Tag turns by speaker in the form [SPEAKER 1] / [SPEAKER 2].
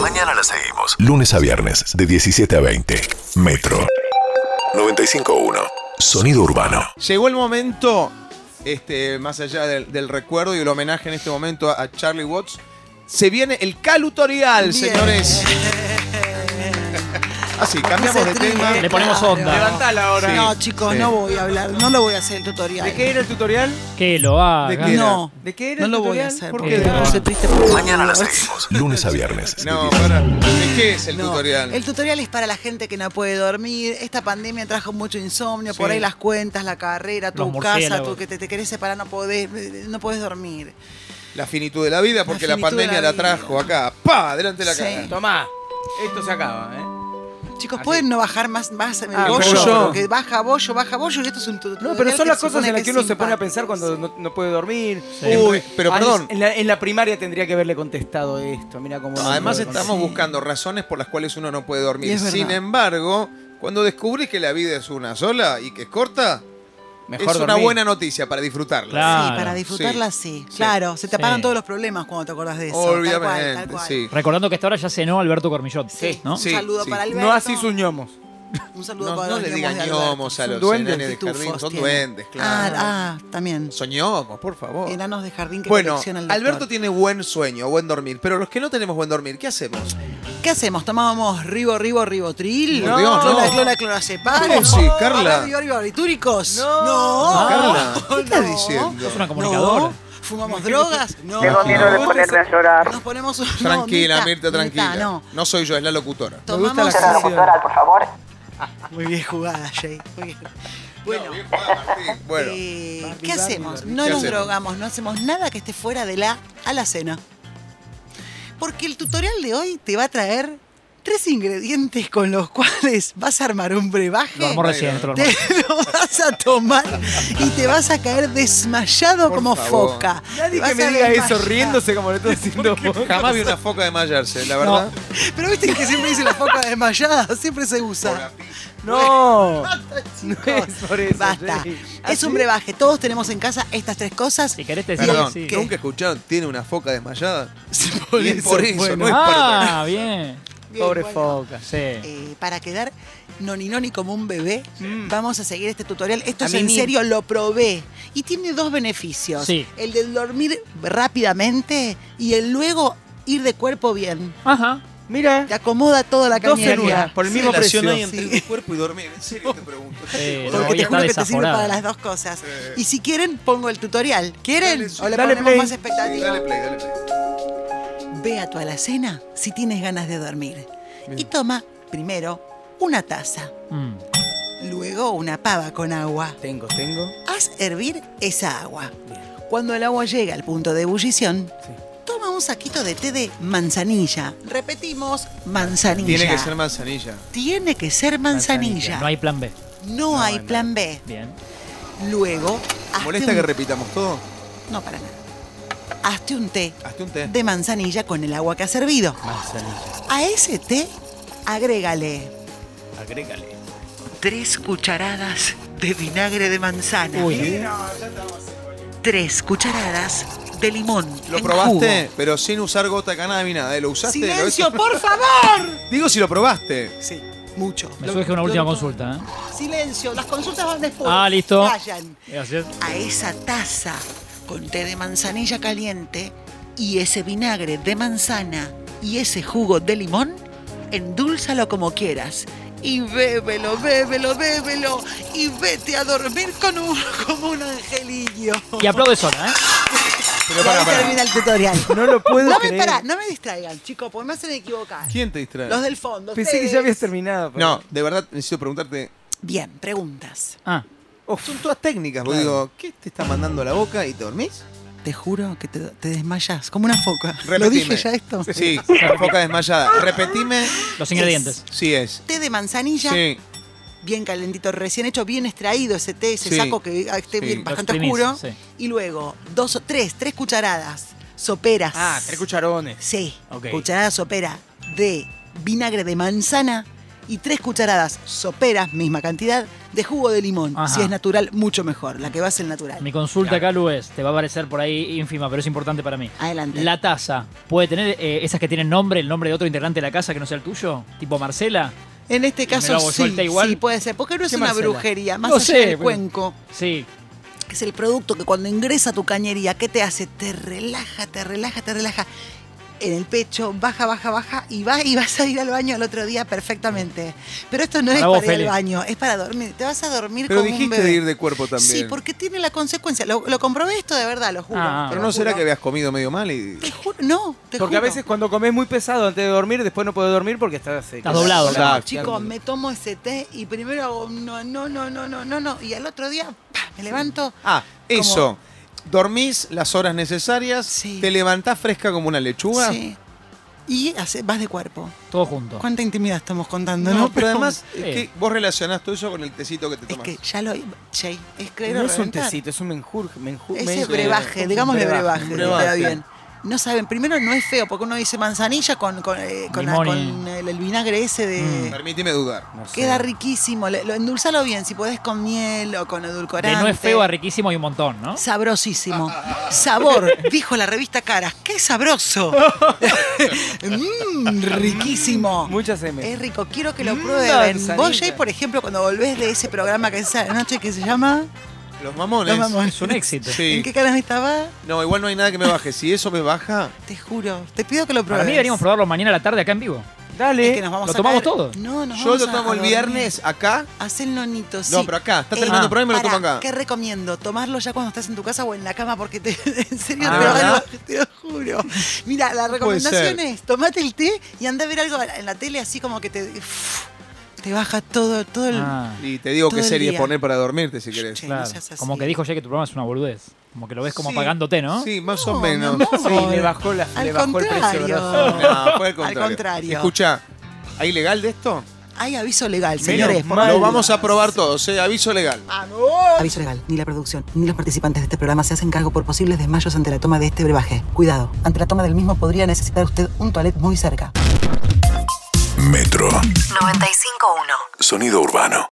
[SPEAKER 1] Mañana la seguimos. Lunes a viernes, de 17 a 20. Metro. 95.1. Sonido urbano.
[SPEAKER 2] Llegó el momento, este, más allá del, del recuerdo y el homenaje en este momento a, a Charlie Watts, se viene el calutorial, señores. Así, cambiamos de
[SPEAKER 3] se triste.
[SPEAKER 2] tema.
[SPEAKER 4] Le ponemos onda.
[SPEAKER 5] Levantala ahora.
[SPEAKER 2] Sí.
[SPEAKER 3] No, chicos,
[SPEAKER 2] sí.
[SPEAKER 3] no voy a hablar, no lo voy a hacer el tutorial.
[SPEAKER 5] ¿De qué era el tutorial?
[SPEAKER 4] Que lo
[SPEAKER 2] ¿De
[SPEAKER 4] haga.
[SPEAKER 2] qué era?
[SPEAKER 3] No,
[SPEAKER 5] ¿De qué era
[SPEAKER 3] no
[SPEAKER 5] el
[SPEAKER 3] lo voy a
[SPEAKER 5] tutorial?
[SPEAKER 3] hacer
[SPEAKER 5] ¿Por
[SPEAKER 3] porque
[SPEAKER 5] qué?
[SPEAKER 3] me puse triste por
[SPEAKER 1] Mañana la seguimos. Lunes a viernes. de
[SPEAKER 2] No,
[SPEAKER 1] 10.
[SPEAKER 2] para. ¿De qué es el
[SPEAKER 3] No,
[SPEAKER 2] tutorial?
[SPEAKER 3] El tutorial es para la gente que no puede dormir. Esta pandemia trajo mucho insomnio, por
[SPEAKER 4] Sí.
[SPEAKER 3] ahí las cuentas, la carrera, tu
[SPEAKER 4] Los
[SPEAKER 3] casa,
[SPEAKER 4] murciélagos.
[SPEAKER 3] tú que te, te querés separar, no podés, no podés dormir.
[SPEAKER 2] La finitud de la vida, porque la,
[SPEAKER 3] finitud de
[SPEAKER 2] pandemia
[SPEAKER 3] la
[SPEAKER 2] la,
[SPEAKER 3] vida.
[SPEAKER 2] trajo acá. ¡Pa! Delante de la
[SPEAKER 3] Sí.
[SPEAKER 2] cara.
[SPEAKER 5] Tomá, esto se acaba, ¿eh?
[SPEAKER 3] Chicos,
[SPEAKER 5] Así.
[SPEAKER 3] ¿pueden no bajar más, más en el
[SPEAKER 5] Ah,
[SPEAKER 3] bollo?
[SPEAKER 5] bollo.
[SPEAKER 3] Porque baja bollo, baja bollo y esto es un tutorial.
[SPEAKER 5] No, pero son
[SPEAKER 3] que
[SPEAKER 5] las
[SPEAKER 3] se
[SPEAKER 5] cosas
[SPEAKER 3] supone
[SPEAKER 5] en las que uno
[SPEAKER 3] es
[SPEAKER 5] se pone a
[SPEAKER 3] simpático.
[SPEAKER 5] pensar cuando no, no puede dormir.
[SPEAKER 2] Sí. Uy, pero
[SPEAKER 5] Antes,
[SPEAKER 2] perdón.
[SPEAKER 5] En la, en la primaria tendría que haberle contestado esto. Mira cómo.
[SPEAKER 2] No, Además estamos buscando razones por las cuales uno no puede
[SPEAKER 3] Y
[SPEAKER 2] dormir.
[SPEAKER 3] es verdad.
[SPEAKER 2] Sin embargo, cuando descubrís que la vida es una sola y que es corta,
[SPEAKER 5] Mejor
[SPEAKER 2] es una
[SPEAKER 5] dormir.
[SPEAKER 2] buena noticia para disfrutarla.
[SPEAKER 4] Claro.
[SPEAKER 3] Sí, para disfrutarla sí.
[SPEAKER 2] Sí.
[SPEAKER 3] Claro, se te
[SPEAKER 4] Sí.
[SPEAKER 3] apagan todos los problemas cuando te acordás de eso.
[SPEAKER 2] Obviamente,
[SPEAKER 3] tal cual, tal cual.
[SPEAKER 2] sí.
[SPEAKER 4] Recordando que hasta ahora ya cenó Alberto Cormillot.
[SPEAKER 3] Sí.
[SPEAKER 4] ¿no?
[SPEAKER 2] Sí.
[SPEAKER 3] Un saludo para Alberto.
[SPEAKER 5] No así sus ñomos.
[SPEAKER 3] Un saludo
[SPEAKER 2] No,
[SPEAKER 3] para
[SPEAKER 2] no
[SPEAKER 3] los
[SPEAKER 2] le
[SPEAKER 3] ñomos
[SPEAKER 2] digan
[SPEAKER 3] de Alberto.
[SPEAKER 2] ñomos a
[SPEAKER 3] Son
[SPEAKER 2] los
[SPEAKER 5] duendes,
[SPEAKER 2] enanes de
[SPEAKER 3] pitufos
[SPEAKER 2] jardín, son
[SPEAKER 3] tienen.
[SPEAKER 2] duendes, claro.
[SPEAKER 3] Ah, ah, también.
[SPEAKER 2] Soñamos, por favor.
[SPEAKER 3] Enanos de jardín que
[SPEAKER 2] Bueno,
[SPEAKER 3] colecciona el doctor.
[SPEAKER 2] Alberto tiene buen sueño, buen dormir, pero los que no tenemos buen dormir, ¿qué hacemos?
[SPEAKER 3] ¿Qué hacemos? ¿Tomábamos ribo, ribo, ribotril?
[SPEAKER 2] Por Dios,
[SPEAKER 3] ¿Clora,
[SPEAKER 2] no.
[SPEAKER 3] clora, clorazepam?
[SPEAKER 2] ¿Cómo sí, Carla? Ah,
[SPEAKER 3] ¿Barbiol, barbitúricos?
[SPEAKER 5] No.
[SPEAKER 3] Oh, No.
[SPEAKER 2] Carla, ¿qué estás
[SPEAKER 3] no.
[SPEAKER 2] diciendo?
[SPEAKER 4] Es una comunicadora.
[SPEAKER 3] No. ¿Fumamos drogas? No.
[SPEAKER 6] Tengo miedo de ponerme a llorar.
[SPEAKER 3] Nos ponemos... un- no,
[SPEAKER 2] Tranquila,
[SPEAKER 3] Mirta,
[SPEAKER 2] Mirta, tranquila.
[SPEAKER 3] Mirta,
[SPEAKER 2] no.
[SPEAKER 3] no.
[SPEAKER 2] soy yo, es la locutora.
[SPEAKER 5] Me gusta la
[SPEAKER 3] Tomamos...
[SPEAKER 5] canción.
[SPEAKER 6] por favor.
[SPEAKER 3] Muy bien jugada, Jay. Muy bien. Bueno...
[SPEAKER 2] No, bien jugada, Martín. Bueno,
[SPEAKER 3] eh,
[SPEAKER 5] Barbie,
[SPEAKER 3] ¿Qué
[SPEAKER 5] Barbie,
[SPEAKER 3] hacemos?
[SPEAKER 5] Barbie.
[SPEAKER 3] No
[SPEAKER 2] ¿Qué
[SPEAKER 3] nos
[SPEAKER 2] hacemos?
[SPEAKER 3] drogamos, no hacemos nada que esté fuera de la alacena. Porque el tutorial de hoy te va a traer tres ingredientes con los cuales vas a armar un brebaje.
[SPEAKER 4] Lo armó recién, esto lo armó.
[SPEAKER 3] Te lo vas a tomar y te vas a caer desmayado
[SPEAKER 2] Por
[SPEAKER 3] como
[SPEAKER 2] favor.
[SPEAKER 3] foca. Te
[SPEAKER 5] Nadie
[SPEAKER 3] vas
[SPEAKER 5] que me
[SPEAKER 3] a
[SPEAKER 5] diga eso
[SPEAKER 3] desmayar.
[SPEAKER 5] riéndose como lo estoy diciendo vos.
[SPEAKER 2] jamás vi una foca desmayarse, la verdad.
[SPEAKER 3] Pero viste que siempre dice la foca desmayada, siempre se usa.
[SPEAKER 5] No. No
[SPEAKER 3] Chicos,
[SPEAKER 5] es por eso.
[SPEAKER 3] Basta.
[SPEAKER 5] Jay.
[SPEAKER 3] Es
[SPEAKER 5] ¿Así?
[SPEAKER 3] un brebaje. Todos tenemos en casa estas tres cosas.
[SPEAKER 4] Si querés te decir
[SPEAKER 2] Perdón,
[SPEAKER 4] sí.
[SPEAKER 3] ¿Qué?
[SPEAKER 2] ¿nunca escucharon? ¿Tiene una foca desmayada?
[SPEAKER 3] Por
[SPEAKER 2] Y es
[SPEAKER 3] eso,
[SPEAKER 2] por eso,
[SPEAKER 3] bueno.
[SPEAKER 2] no es para
[SPEAKER 4] Ah, bien.
[SPEAKER 3] Bien,
[SPEAKER 5] Pobre
[SPEAKER 3] bueno.
[SPEAKER 5] foca.
[SPEAKER 4] Sí.
[SPEAKER 3] eh, para quedar noninoni como un bebé, vamos a seguir este tutorial. Esto
[SPEAKER 5] A
[SPEAKER 3] es en
[SPEAKER 5] mimir.
[SPEAKER 3] serio, lo probé. Y tiene dos beneficios.
[SPEAKER 4] Sí.
[SPEAKER 3] El de dormir rápidamente y el luego ir de cuerpo bien.
[SPEAKER 4] Ajá.
[SPEAKER 5] Mira.
[SPEAKER 3] Te acomoda toda la
[SPEAKER 5] Dos en una.
[SPEAKER 3] camioneta.
[SPEAKER 5] Por el mismo precio.
[SPEAKER 3] entre
[SPEAKER 2] tu cuerpo y dormir? En serio te pregunto.
[SPEAKER 4] Sí, no,
[SPEAKER 3] Porque
[SPEAKER 4] hoy
[SPEAKER 3] te
[SPEAKER 4] está
[SPEAKER 3] juro que te sirve
[SPEAKER 4] desaforada.
[SPEAKER 3] para las dos cosas. Y si quieren, pongo el tutorial. ¿Quieren?
[SPEAKER 2] Eh. Dale, sí.
[SPEAKER 3] o le
[SPEAKER 5] Dale
[SPEAKER 3] ponemos
[SPEAKER 5] play.
[SPEAKER 3] más expectativa.
[SPEAKER 2] Dale play, dale play.
[SPEAKER 3] Ve a tu alacena si tienes ganas de dormir. Y toma, primero, una taza.
[SPEAKER 4] Mm.
[SPEAKER 3] Luego una pava con agua.
[SPEAKER 5] Tengo, tengo.
[SPEAKER 3] Haz hervir esa agua. Cuando el agua llega al punto de ebullición, toma un saquito de té de manzanilla. Repetimos, manzanilla.
[SPEAKER 2] Tiene que ser manzanilla.
[SPEAKER 3] Tiene que ser manzanilla.
[SPEAKER 4] No hay plan B.
[SPEAKER 3] No hay plan B.
[SPEAKER 4] Bien.
[SPEAKER 3] Luego, hazte
[SPEAKER 2] ¿Molesta
[SPEAKER 3] un-
[SPEAKER 2] que repitamos todo?
[SPEAKER 3] No, para nada. Hazte un té
[SPEAKER 2] Hazte un té.
[SPEAKER 3] de manzanilla con el agua que has servido. A ese té, agrégale
[SPEAKER 2] Agrégale.
[SPEAKER 3] tres cucharadas de vinagre de manzana.
[SPEAKER 4] Uy.
[SPEAKER 3] Tres cucharadas de limón.
[SPEAKER 2] Lo
[SPEAKER 3] en
[SPEAKER 2] probaste, pero sin usar gota canada ni nada. ¿eh? ¿Lo
[SPEAKER 3] jugo.
[SPEAKER 2] usaste? ¿Lo
[SPEAKER 3] ¡Silencio,
[SPEAKER 2] hizo?
[SPEAKER 3] por favor!
[SPEAKER 2] Digo si lo probaste.
[SPEAKER 3] Sí, mucho.
[SPEAKER 4] Me
[SPEAKER 3] Lo-
[SPEAKER 4] surge una
[SPEAKER 3] lo-
[SPEAKER 4] última
[SPEAKER 3] lo-
[SPEAKER 4] consulta, ¿eh?
[SPEAKER 3] Silencio, las consultas van después.
[SPEAKER 4] Ah, listo.
[SPEAKER 3] Vayan
[SPEAKER 4] Gracias.
[SPEAKER 3] a esa taza con té de manzanilla caliente y ese vinagre de manzana y ese jugo de limón, endulzalo como quieras. Y bébelo, bébelo, bébelo. Y vete a dormir con un, como un angelillo.
[SPEAKER 4] Y aplaude sola, ¿eh?
[SPEAKER 2] Pero
[SPEAKER 3] Y
[SPEAKER 2] para,
[SPEAKER 3] ahí termina el tutorial.
[SPEAKER 5] No lo puedo
[SPEAKER 3] No me,
[SPEAKER 5] creer.
[SPEAKER 3] pará, no me distraigan, chicos, porque me hacen equivocar.
[SPEAKER 2] ¿Quién te distrae?
[SPEAKER 3] Los del fondo.
[SPEAKER 5] Pensé que ya
[SPEAKER 3] ustedes.
[SPEAKER 5] habías terminado. pero-
[SPEAKER 2] No, de verdad necesito preguntarte.
[SPEAKER 3] Bien, preguntas.
[SPEAKER 4] Ah.
[SPEAKER 2] Son todas técnicas, porque digo, ¿qué te está mandando a la boca y te dormís?
[SPEAKER 3] Te juro que te, te desmayas como una foca. ¿Lo
[SPEAKER 2] Repetime.
[SPEAKER 3] dije ya esto?
[SPEAKER 2] Sí, la boca desmayada. Repetime.
[SPEAKER 4] Los ingredientes.
[SPEAKER 2] Sí es.
[SPEAKER 3] Té de manzanilla,
[SPEAKER 2] Sí,
[SPEAKER 3] bien calentito, recién hecho, bien extraído ese té, ese
[SPEAKER 2] Sí.
[SPEAKER 3] saco que ah, esté
[SPEAKER 2] Sí.
[SPEAKER 3] bien,
[SPEAKER 2] Lo
[SPEAKER 3] bastante
[SPEAKER 4] exprimís,
[SPEAKER 3] oscuro.
[SPEAKER 4] sí.
[SPEAKER 3] Y luego, dos, o- tres, tres cucharadas soperas.
[SPEAKER 2] Ah,
[SPEAKER 5] Ah, tres cucharones.
[SPEAKER 3] Sí,
[SPEAKER 5] Ok.
[SPEAKER 3] cucharada sopera de vinagre de manzana y tres cucharadas soperas, misma cantidad, de jugo de limón.
[SPEAKER 4] Ajá.
[SPEAKER 3] Si es natural, mucho mejor. La que va es el natural.
[SPEAKER 4] Mi consulta, Calu, es, te va a parecer por ahí ínfima, pero es importante para mí.
[SPEAKER 3] Adelante.
[SPEAKER 4] La taza, ¿puede tener eh, esas que tienen nombre, el nombre de otro integrante de la casa que no sea el tuyo? ¿Tipo Marcela?
[SPEAKER 3] en este
[SPEAKER 4] la
[SPEAKER 3] caso
[SPEAKER 4] hago
[SPEAKER 3] sí,
[SPEAKER 4] suelta igual?
[SPEAKER 3] sí, puede ser. Porque no es
[SPEAKER 5] ¿Qué
[SPEAKER 3] una
[SPEAKER 5] Marcela?
[SPEAKER 3] brujería. Más
[SPEAKER 4] No
[SPEAKER 3] allá
[SPEAKER 4] sé,
[SPEAKER 3] del
[SPEAKER 4] pero-
[SPEAKER 3] cuenco,
[SPEAKER 4] Sí.
[SPEAKER 3] es el producto que cuando ingresa a tu cañería, ¿qué te hace? Te relaja, te relaja, te relaja. En el pecho, baja, baja, baja y va y vas a ir al baño al otro día perfectamente. Pero esto no
[SPEAKER 4] Para
[SPEAKER 3] es
[SPEAKER 4] vos,
[SPEAKER 3] para ir
[SPEAKER 4] Feli.
[SPEAKER 3] al baño, es para dormir. Te vas a dormir
[SPEAKER 2] Pero
[SPEAKER 3] como un
[SPEAKER 2] dijiste
[SPEAKER 3] bebé.
[SPEAKER 2] de ir de cuerpo también.
[SPEAKER 3] Sí, porque tiene la consecuencia. Lo, lo comprobé esto de verdad, lo juro.
[SPEAKER 4] Ah,
[SPEAKER 3] te
[SPEAKER 2] Pero
[SPEAKER 3] lo
[SPEAKER 2] no será
[SPEAKER 3] juro.
[SPEAKER 2] que habías comido medio mal y.
[SPEAKER 3] Te juro, no, te
[SPEAKER 5] Porque a
[SPEAKER 3] juro.
[SPEAKER 5] veces cuando comes muy pesado antes de dormir, después no puedo dormir porque estás... eh,
[SPEAKER 4] Estás
[SPEAKER 5] con-
[SPEAKER 4] doblado.
[SPEAKER 5] con la-
[SPEAKER 3] Chicos, me tomo ese té y primero hago no, no, no, no, no, no, no. Y al otro día, pa, me levanto.
[SPEAKER 2] Ah, eso. Dormís las horas necesarias,
[SPEAKER 3] Sí.
[SPEAKER 2] te levantás fresca como una lechuga.
[SPEAKER 3] Sí. Y hace- vas de cuerpo.
[SPEAKER 4] Todo junto.
[SPEAKER 3] ¿Cuánta intimidad estamos contando,
[SPEAKER 2] No,
[SPEAKER 3] no?
[SPEAKER 2] pero además,
[SPEAKER 4] Sí.
[SPEAKER 2] es que vos relacionás todo eso con el tecito que te
[SPEAKER 3] Es
[SPEAKER 2] tomás.
[SPEAKER 3] que ya lo. Che, es creer o
[SPEAKER 5] No es un
[SPEAKER 3] reventar.
[SPEAKER 5] tecito, es un menjurje. menju-
[SPEAKER 3] Ese
[SPEAKER 5] men-
[SPEAKER 3] brebaje,
[SPEAKER 5] un
[SPEAKER 3] digámosle brebaje,
[SPEAKER 5] un
[SPEAKER 3] que queda bien. No saben, primero no es feo, porque uno dice manzanilla con, con, eh, con la-
[SPEAKER 4] Limón y-
[SPEAKER 3] con el, el vinagre ese de.
[SPEAKER 4] Mm.
[SPEAKER 2] Permíteme dudar.
[SPEAKER 5] No sé.
[SPEAKER 3] Queda riquísimo. Le- Lo endulzalo bien, si podés con miel o con
[SPEAKER 4] De
[SPEAKER 3] edulcorante.
[SPEAKER 4] no es feo a riquísimo hay un montón, ¿no?
[SPEAKER 3] Sabrosísimo. Sabor, dijo la revista Caras. ¡Qué sabroso! Mmm, riquísimo.
[SPEAKER 5] Muchas M.
[SPEAKER 3] Es rico, quiero que lo
[SPEAKER 5] Mm,
[SPEAKER 3] prueben. Vos,
[SPEAKER 5] manzanilla.
[SPEAKER 3] Jay, por ejemplo, cuando volvés de ese programa que es a la noche que se llama.
[SPEAKER 2] Los mamones.
[SPEAKER 3] Los mamones.
[SPEAKER 4] Es un éxito.
[SPEAKER 2] Sí.
[SPEAKER 3] ¿En qué canal estaba?
[SPEAKER 2] No, igual no hay nada que me baje. Si eso me baja,
[SPEAKER 3] Te juro. Te pido que lo pruebes.
[SPEAKER 4] Para mí deberíamos probarlo mañana a la tarde acá en vivo.
[SPEAKER 5] Dale.
[SPEAKER 3] Es que nos vamos
[SPEAKER 4] ¿Lo
[SPEAKER 3] a
[SPEAKER 4] tomamos
[SPEAKER 3] caer-
[SPEAKER 4] todo?
[SPEAKER 3] No, nos
[SPEAKER 2] yo
[SPEAKER 3] vamos
[SPEAKER 2] lo
[SPEAKER 3] a-
[SPEAKER 2] tomo
[SPEAKER 3] a
[SPEAKER 2] el
[SPEAKER 3] dormir.
[SPEAKER 2] viernes acá.
[SPEAKER 3] Haz el nonito, sí.
[SPEAKER 2] No, pero acá. Está
[SPEAKER 3] Eh,
[SPEAKER 2] terminando el programa y me lo
[SPEAKER 3] pará,
[SPEAKER 2] tomo acá.
[SPEAKER 3] ¿Qué recomiendo? Tomarlo ya cuando estás en tu casa o en la cama porque te, en serio
[SPEAKER 5] Ah,
[SPEAKER 3] te, va
[SPEAKER 2] ¿verdad?
[SPEAKER 3] algo, te lo juro. Mira, la
[SPEAKER 2] Puede
[SPEAKER 3] recomendación
[SPEAKER 2] ser.
[SPEAKER 3] es tomate el té y anda a ver algo en la tele así como que te uf, te baja todo todo el
[SPEAKER 4] Ah,
[SPEAKER 2] Y te digo
[SPEAKER 3] Todo
[SPEAKER 2] qué
[SPEAKER 3] el
[SPEAKER 2] series
[SPEAKER 3] día.
[SPEAKER 2] poner para dormirte si querés.
[SPEAKER 3] Che, no
[SPEAKER 4] claro.
[SPEAKER 3] seas así.
[SPEAKER 4] Como que dijo ya que tu programa es una boludez. Como que lo ves como
[SPEAKER 2] Sí,
[SPEAKER 4] apagándote, ¿no?
[SPEAKER 2] Sí, más
[SPEAKER 3] No,
[SPEAKER 2] o
[SPEAKER 3] mi
[SPEAKER 2] menos.
[SPEAKER 3] amor.
[SPEAKER 5] Sí, le bajó, la,
[SPEAKER 3] Al
[SPEAKER 5] le bajó el precio.
[SPEAKER 3] contrario.
[SPEAKER 5] ¿verdad?
[SPEAKER 2] No, fue al contrario.
[SPEAKER 3] Al contrario.
[SPEAKER 2] Escucha, ¿hay legal de esto?
[SPEAKER 3] Hay aviso legal,
[SPEAKER 5] Menos
[SPEAKER 3] señores. por
[SPEAKER 5] mal.
[SPEAKER 2] Lo
[SPEAKER 3] favor.
[SPEAKER 2] vamos a probar todos, ¿eh? Aviso legal.
[SPEAKER 3] Aviso legal. Ni la producción ni los participantes de este programa se hacen cargo por posibles desmayos ante la toma de este brebaje. Cuidado, ante la toma del mismo podría necesitar usted un toilet muy cerca.
[SPEAKER 1] Metro.
[SPEAKER 7] 95.1.
[SPEAKER 1] Sonido urbano.